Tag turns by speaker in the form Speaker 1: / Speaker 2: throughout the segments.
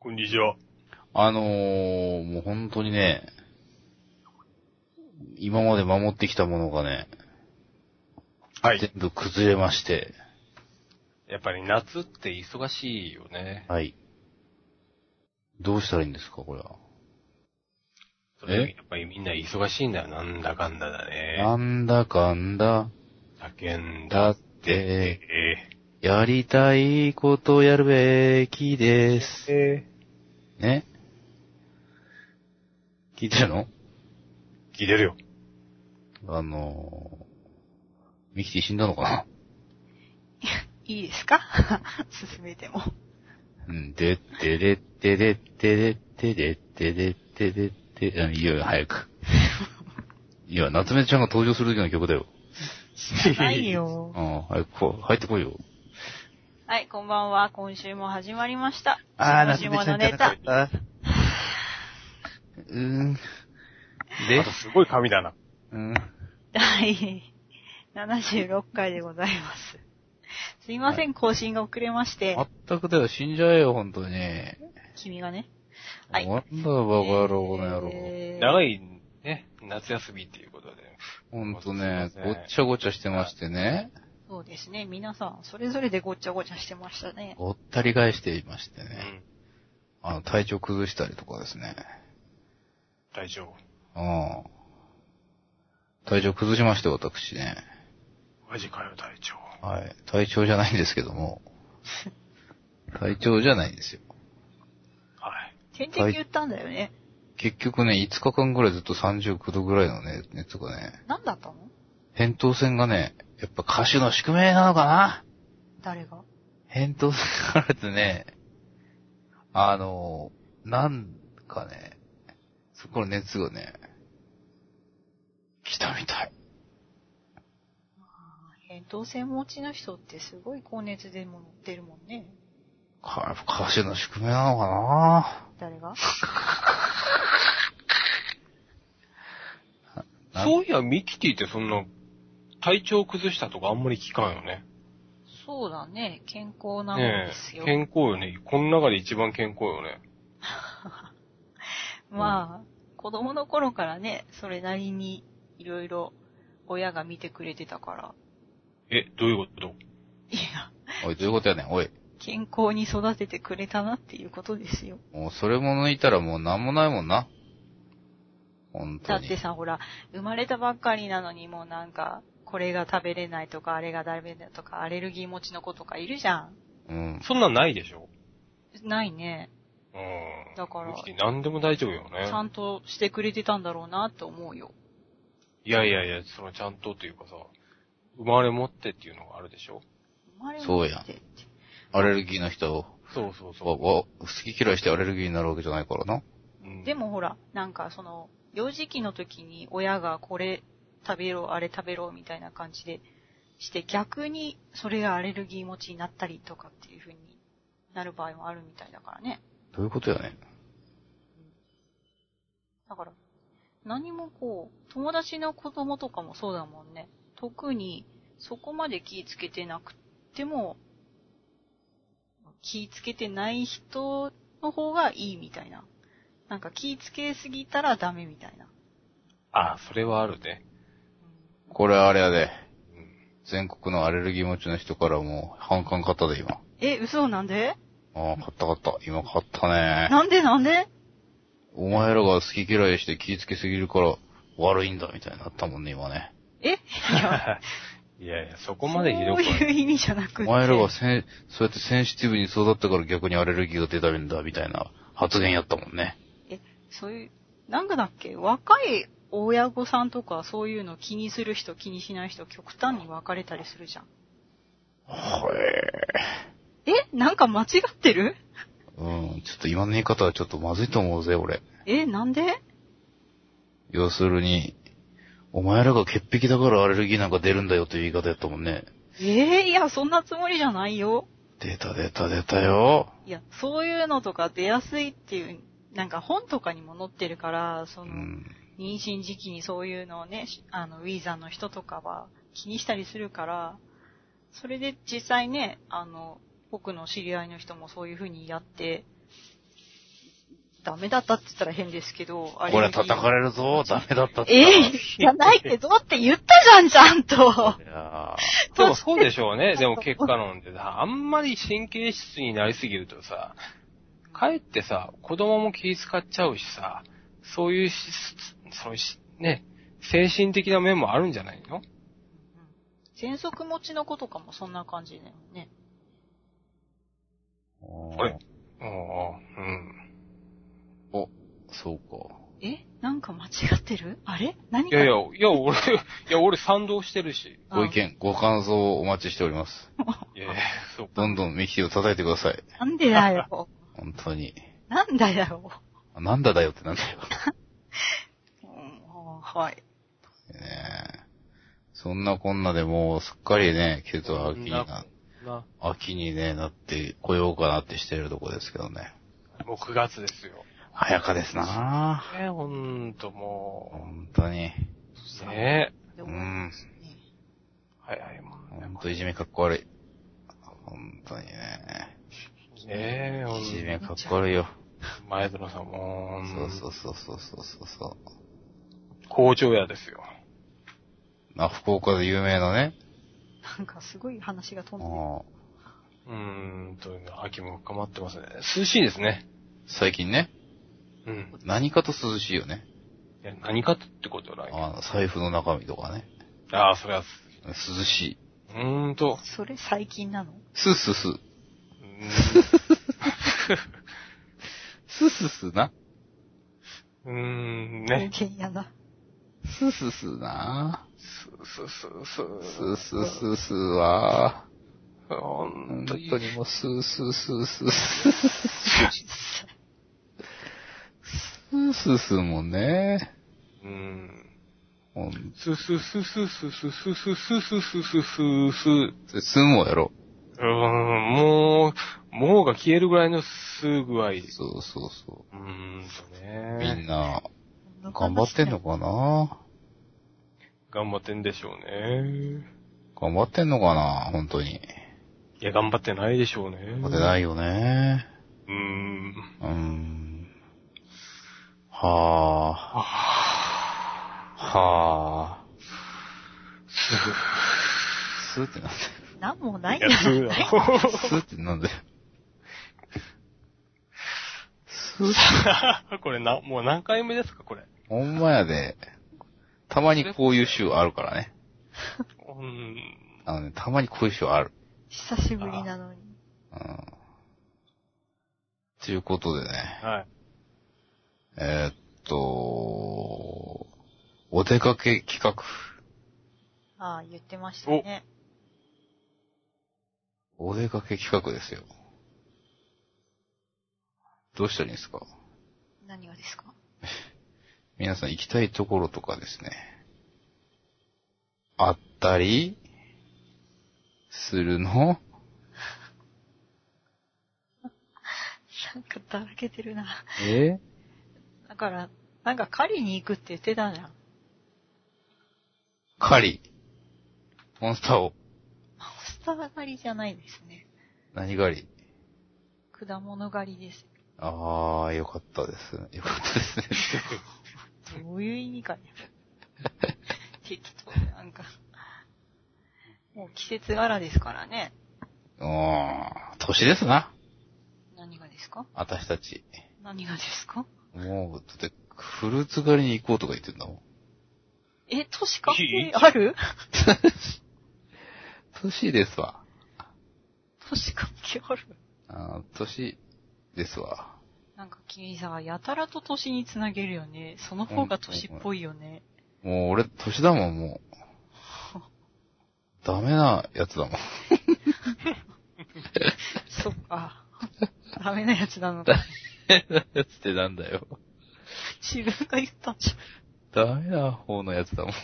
Speaker 1: こんにちは。
Speaker 2: あのー、もう本当にね、今まで守ってきたものがね、
Speaker 1: は
Speaker 2: 全。部崩れまして、
Speaker 1: やっぱり夏って忙しいよね。
Speaker 2: はい。どうしたらいいんですか、これは。
Speaker 1: その時やっぱりみんな忙しいんだよ。なんだかんだだね。
Speaker 2: なんだかんだ、
Speaker 1: 叫んだ
Speaker 2: だ
Speaker 1: っ
Speaker 2: って、
Speaker 1: て。
Speaker 2: やりたいことやるべきです。
Speaker 1: え
Speaker 2: ね聞いてるの
Speaker 1: 聞いてるよ。
Speaker 2: あのー、ミキティ死んだのかない
Speaker 3: いですか 進めても。
Speaker 2: うん、でってれってれってれってれってれってれってれ、うん、いいよ、早く。いや、夏目ちゃんが登場する時の曲だよ。
Speaker 3: ない。
Speaker 2: う
Speaker 3: よ。
Speaker 2: ん、早くこう、入ってこいよ。
Speaker 3: はい、こんばんは。今週も始まりました。下々のネタ。
Speaker 2: た。うーん。で
Speaker 1: また、すごい髪だな。
Speaker 2: うん。
Speaker 3: 第76回でございます。すいません、更新が遅れまして。
Speaker 2: まったくだよ、死んじゃえよ、ほんとに。
Speaker 3: 君がね。はい
Speaker 2: 終わんだよ、バカ野郎、この野郎。
Speaker 3: えー
Speaker 1: 長いね、夏休みっていうことで。
Speaker 2: ほんとね
Speaker 1: すいま、せん
Speaker 2: ごっちゃごちゃしてましてね。
Speaker 3: そうですね。皆さん、それぞれでごっちゃごちゃしてましたね。
Speaker 2: ごったり返していまして
Speaker 1: う
Speaker 2: ね。
Speaker 1: ん。
Speaker 2: あの、体調崩したりとかですね。
Speaker 1: 大丈夫。
Speaker 2: ああ。体調崩しまして、私ね。
Speaker 1: マジかよ、隊長。
Speaker 2: はい。体調じゃないんですけど も。体調じゃないんですよ。
Speaker 1: はい。
Speaker 3: 点滴言ったんだよね。
Speaker 2: 結局ね、5日間ぐらいずっと39度ぐらいのね、熱がね、
Speaker 3: 何だったの
Speaker 2: 扁桃腺がね、やっぱ歌手の宿命なのかな
Speaker 3: 誰が
Speaker 2: 扁桃腺があるとね、あの、なんかね、そこの熱がね、来たみたい。
Speaker 3: 扁桃腺持ちの人ってすごい高熱でも乗ってるもんね。
Speaker 2: かやっぱ歌手の宿命なのかな
Speaker 3: 誰が
Speaker 2: なん
Speaker 1: そういや、ミキティってそんな、体調崩したとかあんまり聞かんよね。
Speaker 3: そうだね。健康なもんで
Speaker 1: ね
Speaker 3: す
Speaker 1: え
Speaker 3: よ。
Speaker 1: 健康よね。この中で一番健康よね。
Speaker 3: まあ、子供の頃からね、それなりにいろいろ親が見てくれてたから。
Speaker 1: え、どういうこと
Speaker 3: いや、
Speaker 2: おい、どういうことやねん、おい。
Speaker 3: 健康に育ててくれたなっていうことですよ。
Speaker 2: もうそれも抜いたらもうなんもないもんな。本
Speaker 3: だ
Speaker 2: 当
Speaker 3: っ
Speaker 2: に。
Speaker 3: てさ、ほら、生まれたばっかりなのにもうなんか、これが食べれないとか、あれが食べれないとか、アレルギー持ちの子とかいるじゃん。
Speaker 2: うん。
Speaker 1: そんなんないでしょ
Speaker 3: ないね。
Speaker 1: うん。
Speaker 3: だから
Speaker 1: ミキティ何でも大丈夫よね
Speaker 3: ち。ゃんとしてくれてたんだろうなと思うよ。
Speaker 1: いやいやいや、そのちゃんとというかさ、生まれ持ってっていうのがあるでしょ
Speaker 3: 生まれ
Speaker 2: そ
Speaker 3: 持
Speaker 2: う
Speaker 3: っ
Speaker 2: や
Speaker 3: てって。
Speaker 2: アレルギーの人を、
Speaker 1: そうそう
Speaker 2: わ
Speaker 1: そ
Speaker 2: わ好き嫌いしてアレルギーになるわけじゃないからな。
Speaker 1: う。うん
Speaker 3: で、もほら、なんかその、幼児期の時に親がこれ食べろ、あれ食べろみたいな感じでして、逆にそれがアレルギー持ちになったりとかっていう風になる場合もあるみたいだからね。
Speaker 2: どういうことやねん。
Speaker 3: だから、何もこう、友達の子供とかもそうだもんね。特にそこまで気ぃつけてなくても、気ぃつけてない人の方がいいみたいな。なんか気ぃつけすぎたらダメみたいな。
Speaker 1: あ、それはあるね。
Speaker 2: これあれやで。
Speaker 1: うん
Speaker 2: 全国のアレルギー持ちの人からもう反感買ったで今。
Speaker 3: え、嘘なんで
Speaker 2: ああ、買った買った。今買ったね。
Speaker 3: なんでなんで
Speaker 2: お前らが好き嫌いして気ぃつけすぎるから悪いんだみたいになったもんね、今ね。
Speaker 3: え
Speaker 1: いやいや、そこまでひどく
Speaker 3: そういう
Speaker 1: は
Speaker 3: 意味じゃなく
Speaker 2: お
Speaker 3: て。
Speaker 2: 前らがせん、そうやってセンシティブに育ったから逆にアレルギーが出たんだみたいな発言やったもんね。
Speaker 3: そういう、なんかだっけ若い親御さんとかそういうの気にする人気にしない人極端に分かれたりするじゃん。
Speaker 2: はい。
Speaker 3: えなんか間違ってる
Speaker 2: うん、ちょっと今の言い方はちょっとまずいと思うぜ、俺。
Speaker 3: えなんで
Speaker 2: 要するに、お前らが潔癖だからアレルギーなんか出るんだよという言い方やったもんね。
Speaker 3: えー、いや、そんなつもりじゃないよ。
Speaker 2: 出た出た出たよ。
Speaker 3: いや、そういうのとか出やすいっていう、なんか本とかにも載ってるから、そうの、
Speaker 2: ん。
Speaker 3: 妊娠時期にそういうのをね、しあの、ウィーザーの人とかは気にしたりするから、それで実際ね、あの、僕の知り合いの人もそういう風にやって、ダメだったって言ったら変ですけど、あ
Speaker 2: これ叩かれるぞ、ダメだったって。
Speaker 3: ええじゃないけどって言ったじゃん、ちゃんと。
Speaker 2: いや
Speaker 1: でもそうでしょう ね。でも結果論ってさ、あんまり神経質になりすぎるとさ、かえってさ、子供も気遣っちゃうしさ、そういうし、そういうし、ね、精神的な面もあるんじゃないの
Speaker 3: 喘息持ちの子とかもそんな感じだよね。
Speaker 2: ー
Speaker 1: あれああ、うん。
Speaker 2: そうか。
Speaker 3: えなんか間違ってるあれ何
Speaker 1: い
Speaker 3: か
Speaker 1: やいや、いや、俺、いや、俺賛同してるし。
Speaker 2: ご意見、ご感想をお待ちしております。
Speaker 1: いやいや、そう
Speaker 2: どんどんミキティを叩いてください。
Speaker 3: なんでだよ。
Speaker 2: 本当に。
Speaker 3: なんだよ。
Speaker 2: あなんだだよってなんだよ。
Speaker 3: うんはい。
Speaker 2: ねえそんなこんなでもうすっかりね、季節は秋に
Speaker 1: そんな
Speaker 2: な、
Speaker 1: な。
Speaker 2: 秋にね、なって来ようかなってしてるとこですけどね。
Speaker 1: もう9月ですよ。
Speaker 2: 早かですなぁ。
Speaker 1: ね、ほんとも
Speaker 2: 本当に。
Speaker 1: う、ね
Speaker 3: で
Speaker 2: う
Speaker 3: も
Speaker 2: ん。
Speaker 1: 早いもん。
Speaker 2: 本当いじめかっこ悪い。本当にね。
Speaker 1: ねえ、ほん
Speaker 2: いじめかっこ悪いよ。
Speaker 1: 前園さんも、。
Speaker 2: そうそううそうそうそうそうそう。
Speaker 1: 工場屋ですよ。
Speaker 2: あ、福岡で有名なね。
Speaker 3: なんかすごい話が飛んでる。
Speaker 2: あ
Speaker 1: うーんと、秋も深まってますね。涼しいですね。
Speaker 2: 最近ね、
Speaker 1: うん。
Speaker 2: 何かと涼しいよね。
Speaker 1: いや何かってことない。
Speaker 2: あの、財布の中身とかね。
Speaker 1: ああ、それは、
Speaker 2: 涼しい。
Speaker 1: うーんと、
Speaker 3: それ最近なの
Speaker 2: スースースー。
Speaker 1: うー
Speaker 2: スースースーな。
Speaker 1: ん、うーん
Speaker 3: 冒
Speaker 1: ね。
Speaker 3: 険やな。
Speaker 2: スースースーな。
Speaker 1: す、す、す、
Speaker 2: スー
Speaker 1: す、
Speaker 2: スースースーは、
Speaker 1: ほん
Speaker 2: 本
Speaker 1: と
Speaker 2: 当
Speaker 1: に。
Speaker 2: にもうスースースースースー。スースースーもね。
Speaker 1: うん。
Speaker 2: ほん
Speaker 1: す、す、す、す、す、す、す、す、す、す、す、す、す、す、う
Speaker 2: と、スーもやろ
Speaker 1: ーん、もう、もうが消えるぐらいのす具合。う
Speaker 2: う。そうそうそ
Speaker 1: ーんと
Speaker 2: う。みん
Speaker 1: ね。
Speaker 2: な、頑張ってんのかな
Speaker 1: 頑張ってんでしょうね。
Speaker 2: 頑張ってんのかな本当に。
Speaker 1: いや、頑張ってないでしょうね。
Speaker 2: 勝てないよね。
Speaker 1: うーん。
Speaker 2: うーん。はぁ。はぁ。スーってなんだよ。
Speaker 3: なんもな
Speaker 1: い
Speaker 3: いんだ
Speaker 1: や、す
Speaker 3: よ。
Speaker 1: ぐだろ。
Speaker 2: スーってなんだよ。スー
Speaker 1: これな、もう何回目ですか、これ。
Speaker 2: ほんまやで。たまにこういう週あるからね。
Speaker 1: うーん。
Speaker 2: あのね、たまにこういう週ある。
Speaker 3: 久しぶりなのに。
Speaker 2: うん。ということでね。
Speaker 1: はい。
Speaker 2: えーっと、お出かけ企画。
Speaker 3: ああ、言ってましたね。
Speaker 2: お出かけ企画ですよ。どうしたらいいんですか
Speaker 3: 何がですか
Speaker 2: 皆さん行きたいところとかですね。あったり、するの
Speaker 3: なんかだらけてるな。
Speaker 2: え
Speaker 3: だから、なんか狩りに行くって言ってたじゃん。
Speaker 2: 狩り。モンスターを。
Speaker 3: モンスター狩りじゃないですね。
Speaker 2: 何狩り
Speaker 3: 果物狩りです。
Speaker 2: ああ、よかったです。よかったですね。
Speaker 3: どういう意味かね。適当、なんか。もう季節柄ですからね。
Speaker 2: うーん、年ですな。
Speaker 3: 何がですか
Speaker 2: 私たち。
Speaker 3: 何がですか
Speaker 2: もう、だって、フルーツ狩りに行こうとか言ってんだも ん。
Speaker 3: え、年関
Speaker 1: い
Speaker 3: 係
Speaker 1: い
Speaker 3: ある
Speaker 2: 年ですわ。
Speaker 3: 年関係ある
Speaker 2: あー年ですわ。
Speaker 3: なんか君さ、やたらと年につなげるよね。その方が年っぽいよね。
Speaker 2: もう俺、年だもん、もう。 ダメなやつだもん。
Speaker 3: そっか。ダメなやつなのか。
Speaker 2: やつってなんだよ。
Speaker 3: 自分が言ったんじ
Speaker 2: ダメな方のやつだもん。
Speaker 3: ゃん。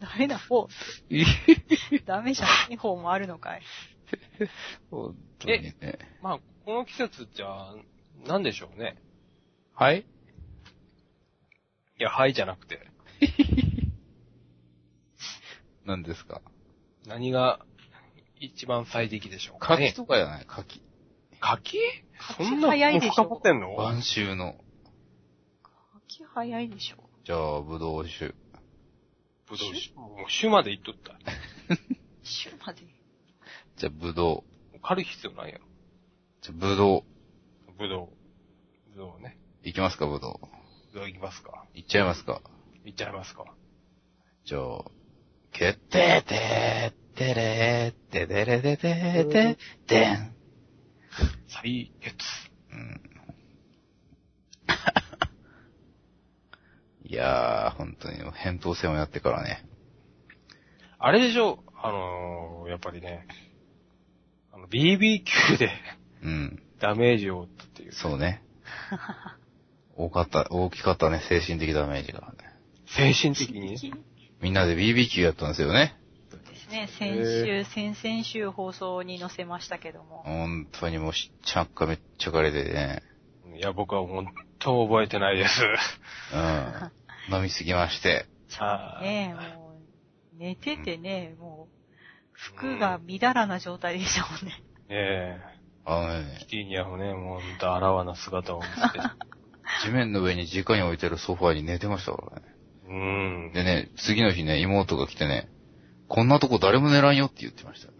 Speaker 3: ダメな方。ダメじゃない方もあるのかい。
Speaker 2: 本当にね。
Speaker 1: まあ、この季節じゃ、なんでしょうね。
Speaker 2: はい
Speaker 1: いや、はいじゃなくて、
Speaker 2: 何ですか
Speaker 1: 何が一番最適でしょうかね
Speaker 2: 柿。とかじゃない柿。
Speaker 1: 柿そ
Speaker 3: 柿
Speaker 1: んな、
Speaker 3: 早いでしょ
Speaker 1: 深掘ってんの
Speaker 2: 晩秋の、
Speaker 3: 秋早いでしょ。
Speaker 2: じゃあ、ぶどう酒。
Speaker 1: ぶどう酒。もう酒まで行っとった。
Speaker 3: 週まで。
Speaker 2: じゃあ、ぶどう。
Speaker 1: 狩る必要ないやろ。
Speaker 2: じゃあ、ぶど
Speaker 1: ぶどう。ぶどうね。
Speaker 2: う。いきますか、ぶどう。
Speaker 1: ぶどう行きますか。
Speaker 2: いっちゃいますか。
Speaker 1: 行っちゃいますか。
Speaker 2: じゃあ、決定てーてれーてれれれれれでん。
Speaker 1: 採決。
Speaker 2: うん。 いやー、本当に、返答戦をやってからね。
Speaker 1: あれでしょあのー、やっぱりね、あの、BBQ で
Speaker 2: うん。
Speaker 1: ダメージを負ったっていう。
Speaker 2: そうね。多かった、大きかったね、精神的ダメージが。
Speaker 1: 精神的に
Speaker 3: そ
Speaker 2: みんなで BBQ やったんですよね。
Speaker 3: うですね、先週、先々週放送に載せましたけども。
Speaker 2: 本当にもうしっちゃかめっちゃかれてね。
Speaker 1: いや、僕は本当覚えてないです。
Speaker 2: うん。飲みすぎまして。
Speaker 3: ちょっとね、もう、寝ててね、もう、服が乱らな状態でしたもんね。
Speaker 1: え
Speaker 2: あの
Speaker 1: え
Speaker 2: ね、
Speaker 1: キティニアもね、もう本当、あらわな姿を見せて。
Speaker 2: 地面の上に直に置いてるソファーに寝てましたからね。
Speaker 1: うん。
Speaker 2: でね、次の日ね、妹が来てね、こんなとこ誰も寝らんよって言ってました。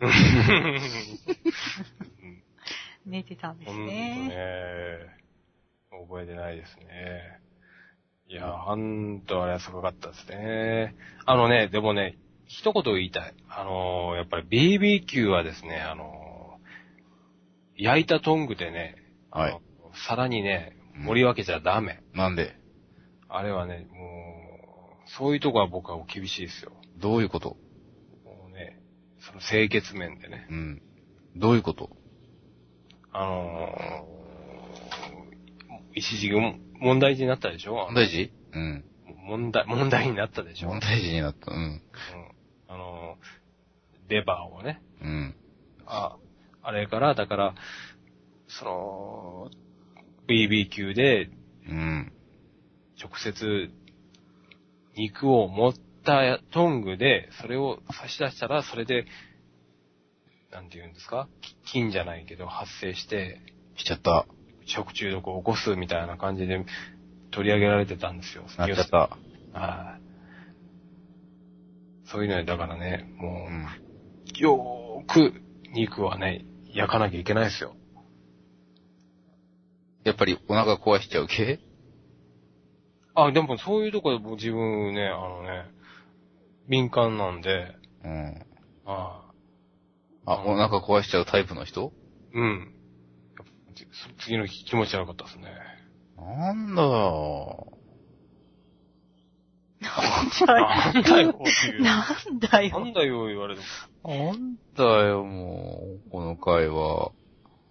Speaker 3: 寝てたんで
Speaker 1: ほ
Speaker 3: す
Speaker 1: んと
Speaker 3: ね。
Speaker 1: ね。覚えてないですね。いや、ほんとあれはすごかったですね。あのね、でもね、一言言いたい。あのーやっぱり BBQ はですね、あのー焼いたトングでね、
Speaker 2: は
Speaker 1: あの
Speaker 2: い。
Speaker 1: 皿にね、盛り分けちゃダメ。
Speaker 2: なんで、
Speaker 1: あれはね、もう、そういうとこは僕は厳しいですよ。
Speaker 2: どういうこと
Speaker 1: もうね、その清潔面でね。
Speaker 2: うん。どういうこと
Speaker 1: あのー、一時期も問題になったでしょ
Speaker 2: 問題児うん。
Speaker 1: 問題、問題になったでしょ、う
Speaker 2: 問
Speaker 1: ん、
Speaker 2: 題児になった。うん。
Speaker 1: あのー、レバーをね。
Speaker 2: うん。
Speaker 1: あ、あれから、だから、その、BBQ で
Speaker 2: うん。
Speaker 1: 直接肉を持ったトングで、それを差し出したら、それで、なんて言うんですかき菌じゃないけど発生して、
Speaker 2: しちゃった。
Speaker 1: 食中毒を起こすみたいな感じで取り上げられてたんですよ。
Speaker 2: なっちゃった。
Speaker 1: はいそういうのに、だからね、も
Speaker 2: うん。
Speaker 1: う、よーく肉はね、焼かなきゃいけないですよ。
Speaker 2: やっぱりお腹壊しちゃう系
Speaker 1: あ、でもそういうとこでもう自分ね、あのね、敏感なんで、
Speaker 2: うん。
Speaker 1: ああ
Speaker 2: あ、お腹壊しちゃうタイプの人
Speaker 1: うん。やっぱそ次の日気持ち悪かったですね。
Speaker 2: なんだよ。
Speaker 1: なんだよ、って いうな
Speaker 3: なんだよ。
Speaker 1: んだよ、言われても。
Speaker 2: なんだよ、もう。この回は。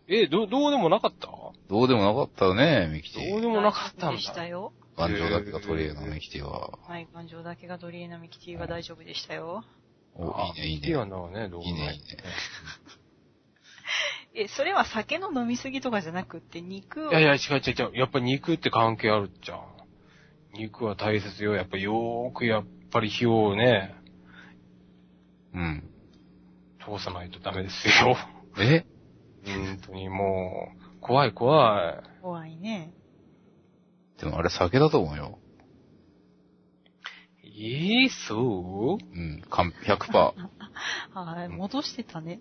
Speaker 1: え、どう、どうでもなかったど
Speaker 2: どうでもなかったね、ミキ
Speaker 1: う
Speaker 2: テ
Speaker 1: で
Speaker 2: ィ。
Speaker 1: もなかったん
Speaker 3: でした
Speaker 1: だ。
Speaker 3: よ。
Speaker 2: 頑丈だけが取り柄のミキティは。
Speaker 3: はい、感情だけがドリーナミキティは大丈夫でしたよ。
Speaker 2: お、いいね、いい
Speaker 1: いい
Speaker 2: ね。
Speaker 1: なんだわね、どう
Speaker 2: いいね、いいね。
Speaker 3: え、それは酒の飲みすぎとかじゃなくって、肉を
Speaker 1: いやいや、違う違う違う。やっぱ肉って関係あるじゃん。肉は大切よ。やっぱよーくやっぱり火をね、
Speaker 2: うん。
Speaker 1: 通さないとダメです よ。
Speaker 2: え
Speaker 1: 本当にもう、怖い怖い。
Speaker 3: 怖いね。
Speaker 2: でもあれ酒だと思うよ。
Speaker 1: えー、そう
Speaker 2: うん、かん100%。
Speaker 3: はい、戻してたね。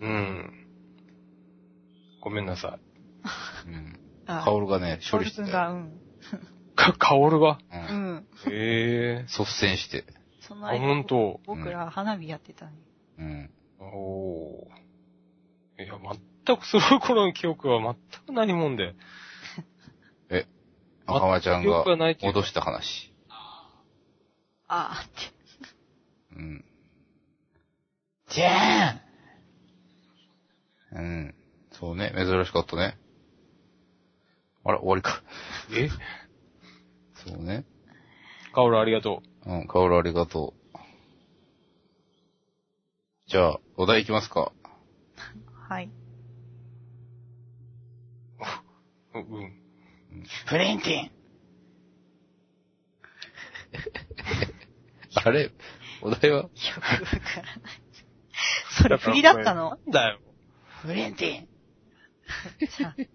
Speaker 1: うん。ごめんなさ
Speaker 2: うん。
Speaker 3: あ
Speaker 2: カオルがね、処理して
Speaker 3: カオル君
Speaker 2: たよ。
Speaker 3: が、うん。
Speaker 1: い。か、薫が。
Speaker 2: う。
Speaker 3: うんん。
Speaker 1: ええ
Speaker 2: 率先して。
Speaker 3: そ
Speaker 1: ー。
Speaker 3: の
Speaker 1: あ、
Speaker 3: 間、
Speaker 1: ほんと。
Speaker 3: 僕ら花火やってたね。
Speaker 2: うん。
Speaker 1: おー。いや、全くその頃の記憶は全くないもんで。
Speaker 2: 仲間ちゃん
Speaker 1: 記
Speaker 2: が
Speaker 1: 憶がないっていうか
Speaker 2: 戻した話。
Speaker 3: あーって。
Speaker 2: うん。じゃんうん。そうね、珍しかったね。あら、終わりか。
Speaker 1: え
Speaker 2: そうね。
Speaker 1: カオルありがと
Speaker 2: うん、カオルありがとう。じゃあ、お題いきますか。
Speaker 3: はい。
Speaker 1: う。ううん。
Speaker 2: プリンティン あれお題は
Speaker 3: よくわからない。それ振りだったの
Speaker 1: だよ。
Speaker 2: プリンテ
Speaker 3: じゃあ、い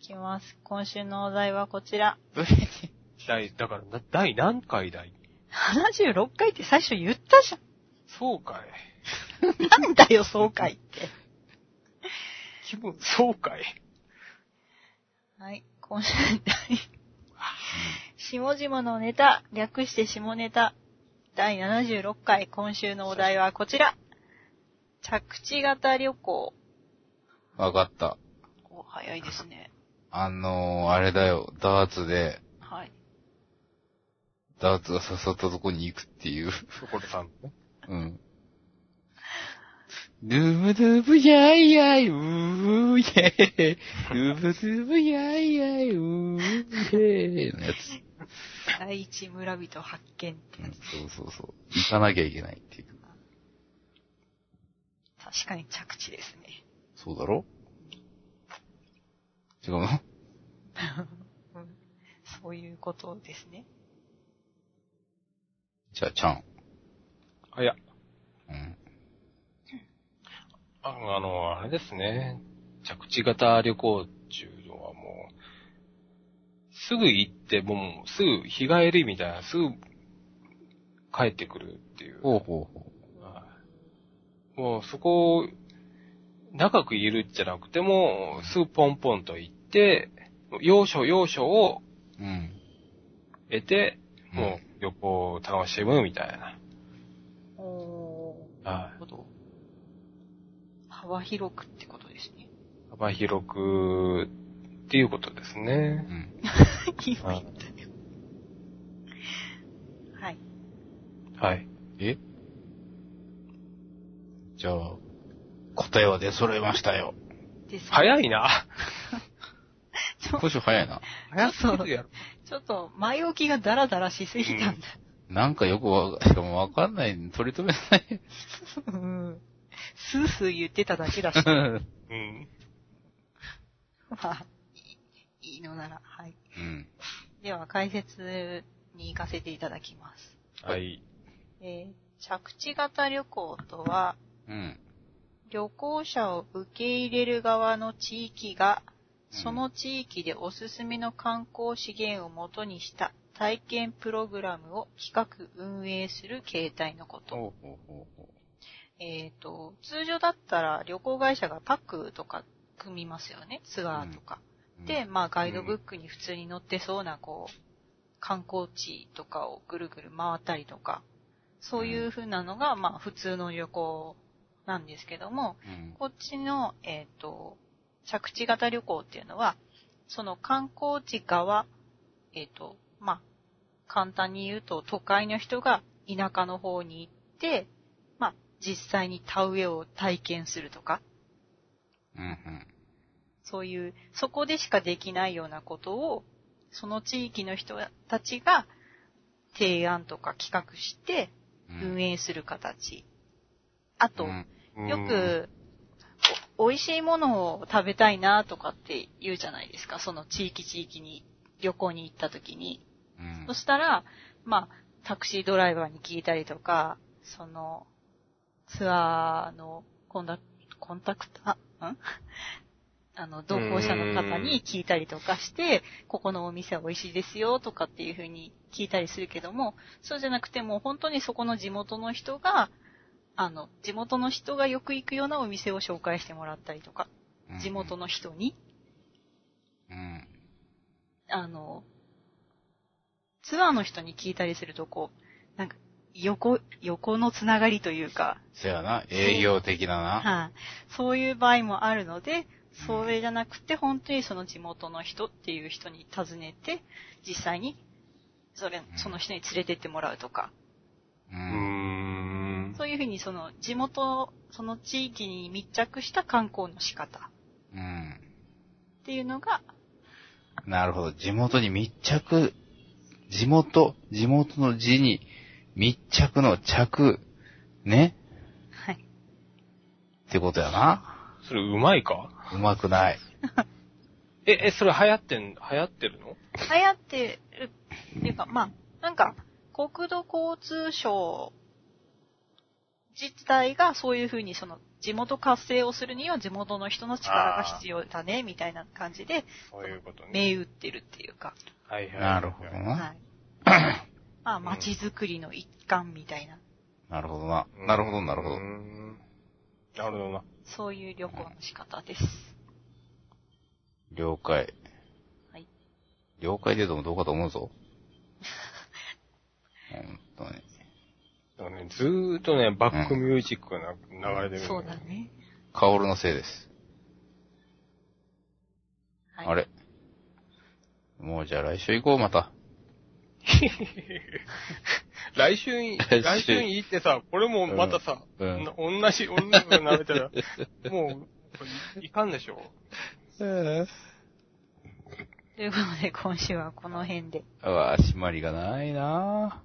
Speaker 3: きます。今週のお題はこちら。
Speaker 1: 第、だから、な第何回だい
Speaker 3: 76回って最初言ったじ
Speaker 1: そうかい。
Speaker 3: ゃん。なんだよ、そうかいって。
Speaker 1: 気分、そうかい。
Speaker 3: はい、今週のお題。下々のネタ、略して下ネタ。第76回、今週のお題はこちら。着地型旅行。
Speaker 2: わかった。
Speaker 3: お、早いですね。
Speaker 2: あのー、あれだよ、ダーツで、
Speaker 3: はい。
Speaker 2: ダーツが刺さったとこに行くっていう。
Speaker 1: 所さんのね。
Speaker 2: うん。ルーブルーブやいやいうーやい。ルーブルーブやいやいうーやい。のやつ。
Speaker 3: 第一村人発見って
Speaker 2: う
Speaker 3: や
Speaker 2: ん
Speaker 3: つ。
Speaker 2: そうそうそう。行かなきゃいけないっていう。
Speaker 3: 確かに着地ですね。
Speaker 2: そうだろ違うの
Speaker 3: うんそういうことですね。
Speaker 2: じゃあ、ちゃん。
Speaker 1: あ、いや、
Speaker 2: うん。
Speaker 1: あの、あのあれですね。着地型旅行っていうのはもう、すぐ行って、もう、すぐ日帰りみたいな、すぐ帰ってくるっていう。
Speaker 2: ほうほうほ
Speaker 1: はいもうそこを、長くいるじゃなくても、すぐポンポンと行って、要所要所を
Speaker 2: う。うん。
Speaker 1: 得て、
Speaker 2: うん
Speaker 1: もう旅行を楽しむみたいな。
Speaker 3: お
Speaker 1: は
Speaker 3: ほど。幅広くってことですね。
Speaker 1: い。幅広く、っていうことです
Speaker 2: う
Speaker 1: ね。
Speaker 2: ん。
Speaker 3: 今
Speaker 1: は
Speaker 3: 言
Speaker 1: い
Speaker 3: ったよ。 はい。
Speaker 1: はい。
Speaker 2: えじゃあ、答えは出揃えましたよ。
Speaker 3: ですね
Speaker 1: 早いな。
Speaker 3: ちょ
Speaker 2: 少し早いな。
Speaker 1: 早すぎるやろ。
Speaker 3: ちょっと、前置きがダラダラしすぎたんだ。
Speaker 2: なんかよくわか、しかもわかんない、取り留めない。
Speaker 3: うん。スースー言ってただけだし。ま
Speaker 1: うん。
Speaker 3: あ、いいいいのなら。はい。
Speaker 2: うん。
Speaker 3: では、解説に行かせていただきます。
Speaker 1: はい。
Speaker 3: えー着地型旅行とは、
Speaker 2: うん。
Speaker 3: 旅行者を受け入れる側の地域が、その地域でおすすめの観光資源をもとにした体験プログラムを企画運営する形態のこと。
Speaker 2: ほうほうほうほ
Speaker 3: えっ、と、通常だったら旅行会社がパックとか組みますよね、ツアーとか。
Speaker 2: う。
Speaker 3: で、、まあガイドブックに普通に載ってそうな、こう、観光地とかをぐるぐる回ったりとか、そういう風なのが、まあ普通の旅行なんですけども、
Speaker 2: うん。
Speaker 3: こっちの、えっ、と、着地型旅行っていうのは、その観光地側、えっ、と、まあ、簡単に言うと、都会の人が田舎の方に行って、まあ、実際に田植えを体験するとか、
Speaker 2: うんうん。
Speaker 3: そういう、そこでしかできないようなことを、その地域の人たちが提案とか企画して
Speaker 2: うん
Speaker 3: 運営する形。あと、
Speaker 2: うん
Speaker 1: うん
Speaker 3: よ、く、お美味しいものを食べたいなとかって言うじゃないですか。その地域地域に旅行に行った時に。
Speaker 2: うん
Speaker 3: そしたら、まあ、タクシードライバーに聞いたりとか、その、ツアーのコンダ、コンタクタ、ん あの、同行者の方に聞いたりとかして、ここのお店は美味しいですよとかっていうふうに聞いたりするけども、そうじゃなくてもう本当にそこの地元の人が、あの、地元の人がよく行くようなお店を紹介してもらったりとか、地元。の人に、
Speaker 2: うん。
Speaker 3: あの、ツアーの人に聞いたりすると、こう、なんか、横、横のつながりというか、
Speaker 2: せやな、営業的だな。
Speaker 3: はい、そういう場合もあるので、それじゃなくて、本当にその地元の人っていう人に尋ねて、実際に、それ
Speaker 2: う、ん
Speaker 3: その人に連れてってもらうとか、
Speaker 1: う
Speaker 2: う
Speaker 1: ー
Speaker 2: ん。
Speaker 1: ん。
Speaker 3: そういうふうにその地元、その地域に密着した観光の仕方
Speaker 2: うん。
Speaker 3: っていうのが、
Speaker 2: なるほど。地元に密着、地元、地元の地に密着の着、ね
Speaker 3: はい。
Speaker 2: ってことやな。
Speaker 1: それうまいか
Speaker 2: うまくない。
Speaker 1: え、え、それ流行ってん、流行ってるの
Speaker 3: 流行ってるっていうか、まあ、なんか、国土交通省自体がそういうふうにその地元活性をするには地元の人の力が必要だね、みたいな感じで、
Speaker 1: そういうことね。
Speaker 3: 銘打ってるっていうか、
Speaker 1: はいはい。
Speaker 2: なるほど
Speaker 1: うん
Speaker 3: は
Speaker 2: な。
Speaker 3: い。まあ、街づくりの一環みたいな、
Speaker 2: なるほどな。なるほど、なるほ
Speaker 1: う
Speaker 2: ど
Speaker 1: ー。んなるほどな。
Speaker 3: そういう旅行の仕方です。
Speaker 2: 了解。
Speaker 3: はい。
Speaker 2: 了解ででもどうかと思うぞ。本当に。
Speaker 1: だからね、ずーっとね、バックミュージックがな流れてる、
Speaker 3: そうだ。ね。
Speaker 2: カオルのせいです。
Speaker 3: はい、
Speaker 2: あれもうじゃあ来週行こう、また。
Speaker 1: 来週に、
Speaker 2: 来週
Speaker 1: 来週に行ってさ、これもまたさ、
Speaker 2: うん
Speaker 1: な同じ、同じのが並べた ら、もう、いかんでしょ
Speaker 3: ということで、今週はこの辺で。
Speaker 2: うわぁ、締まりがないな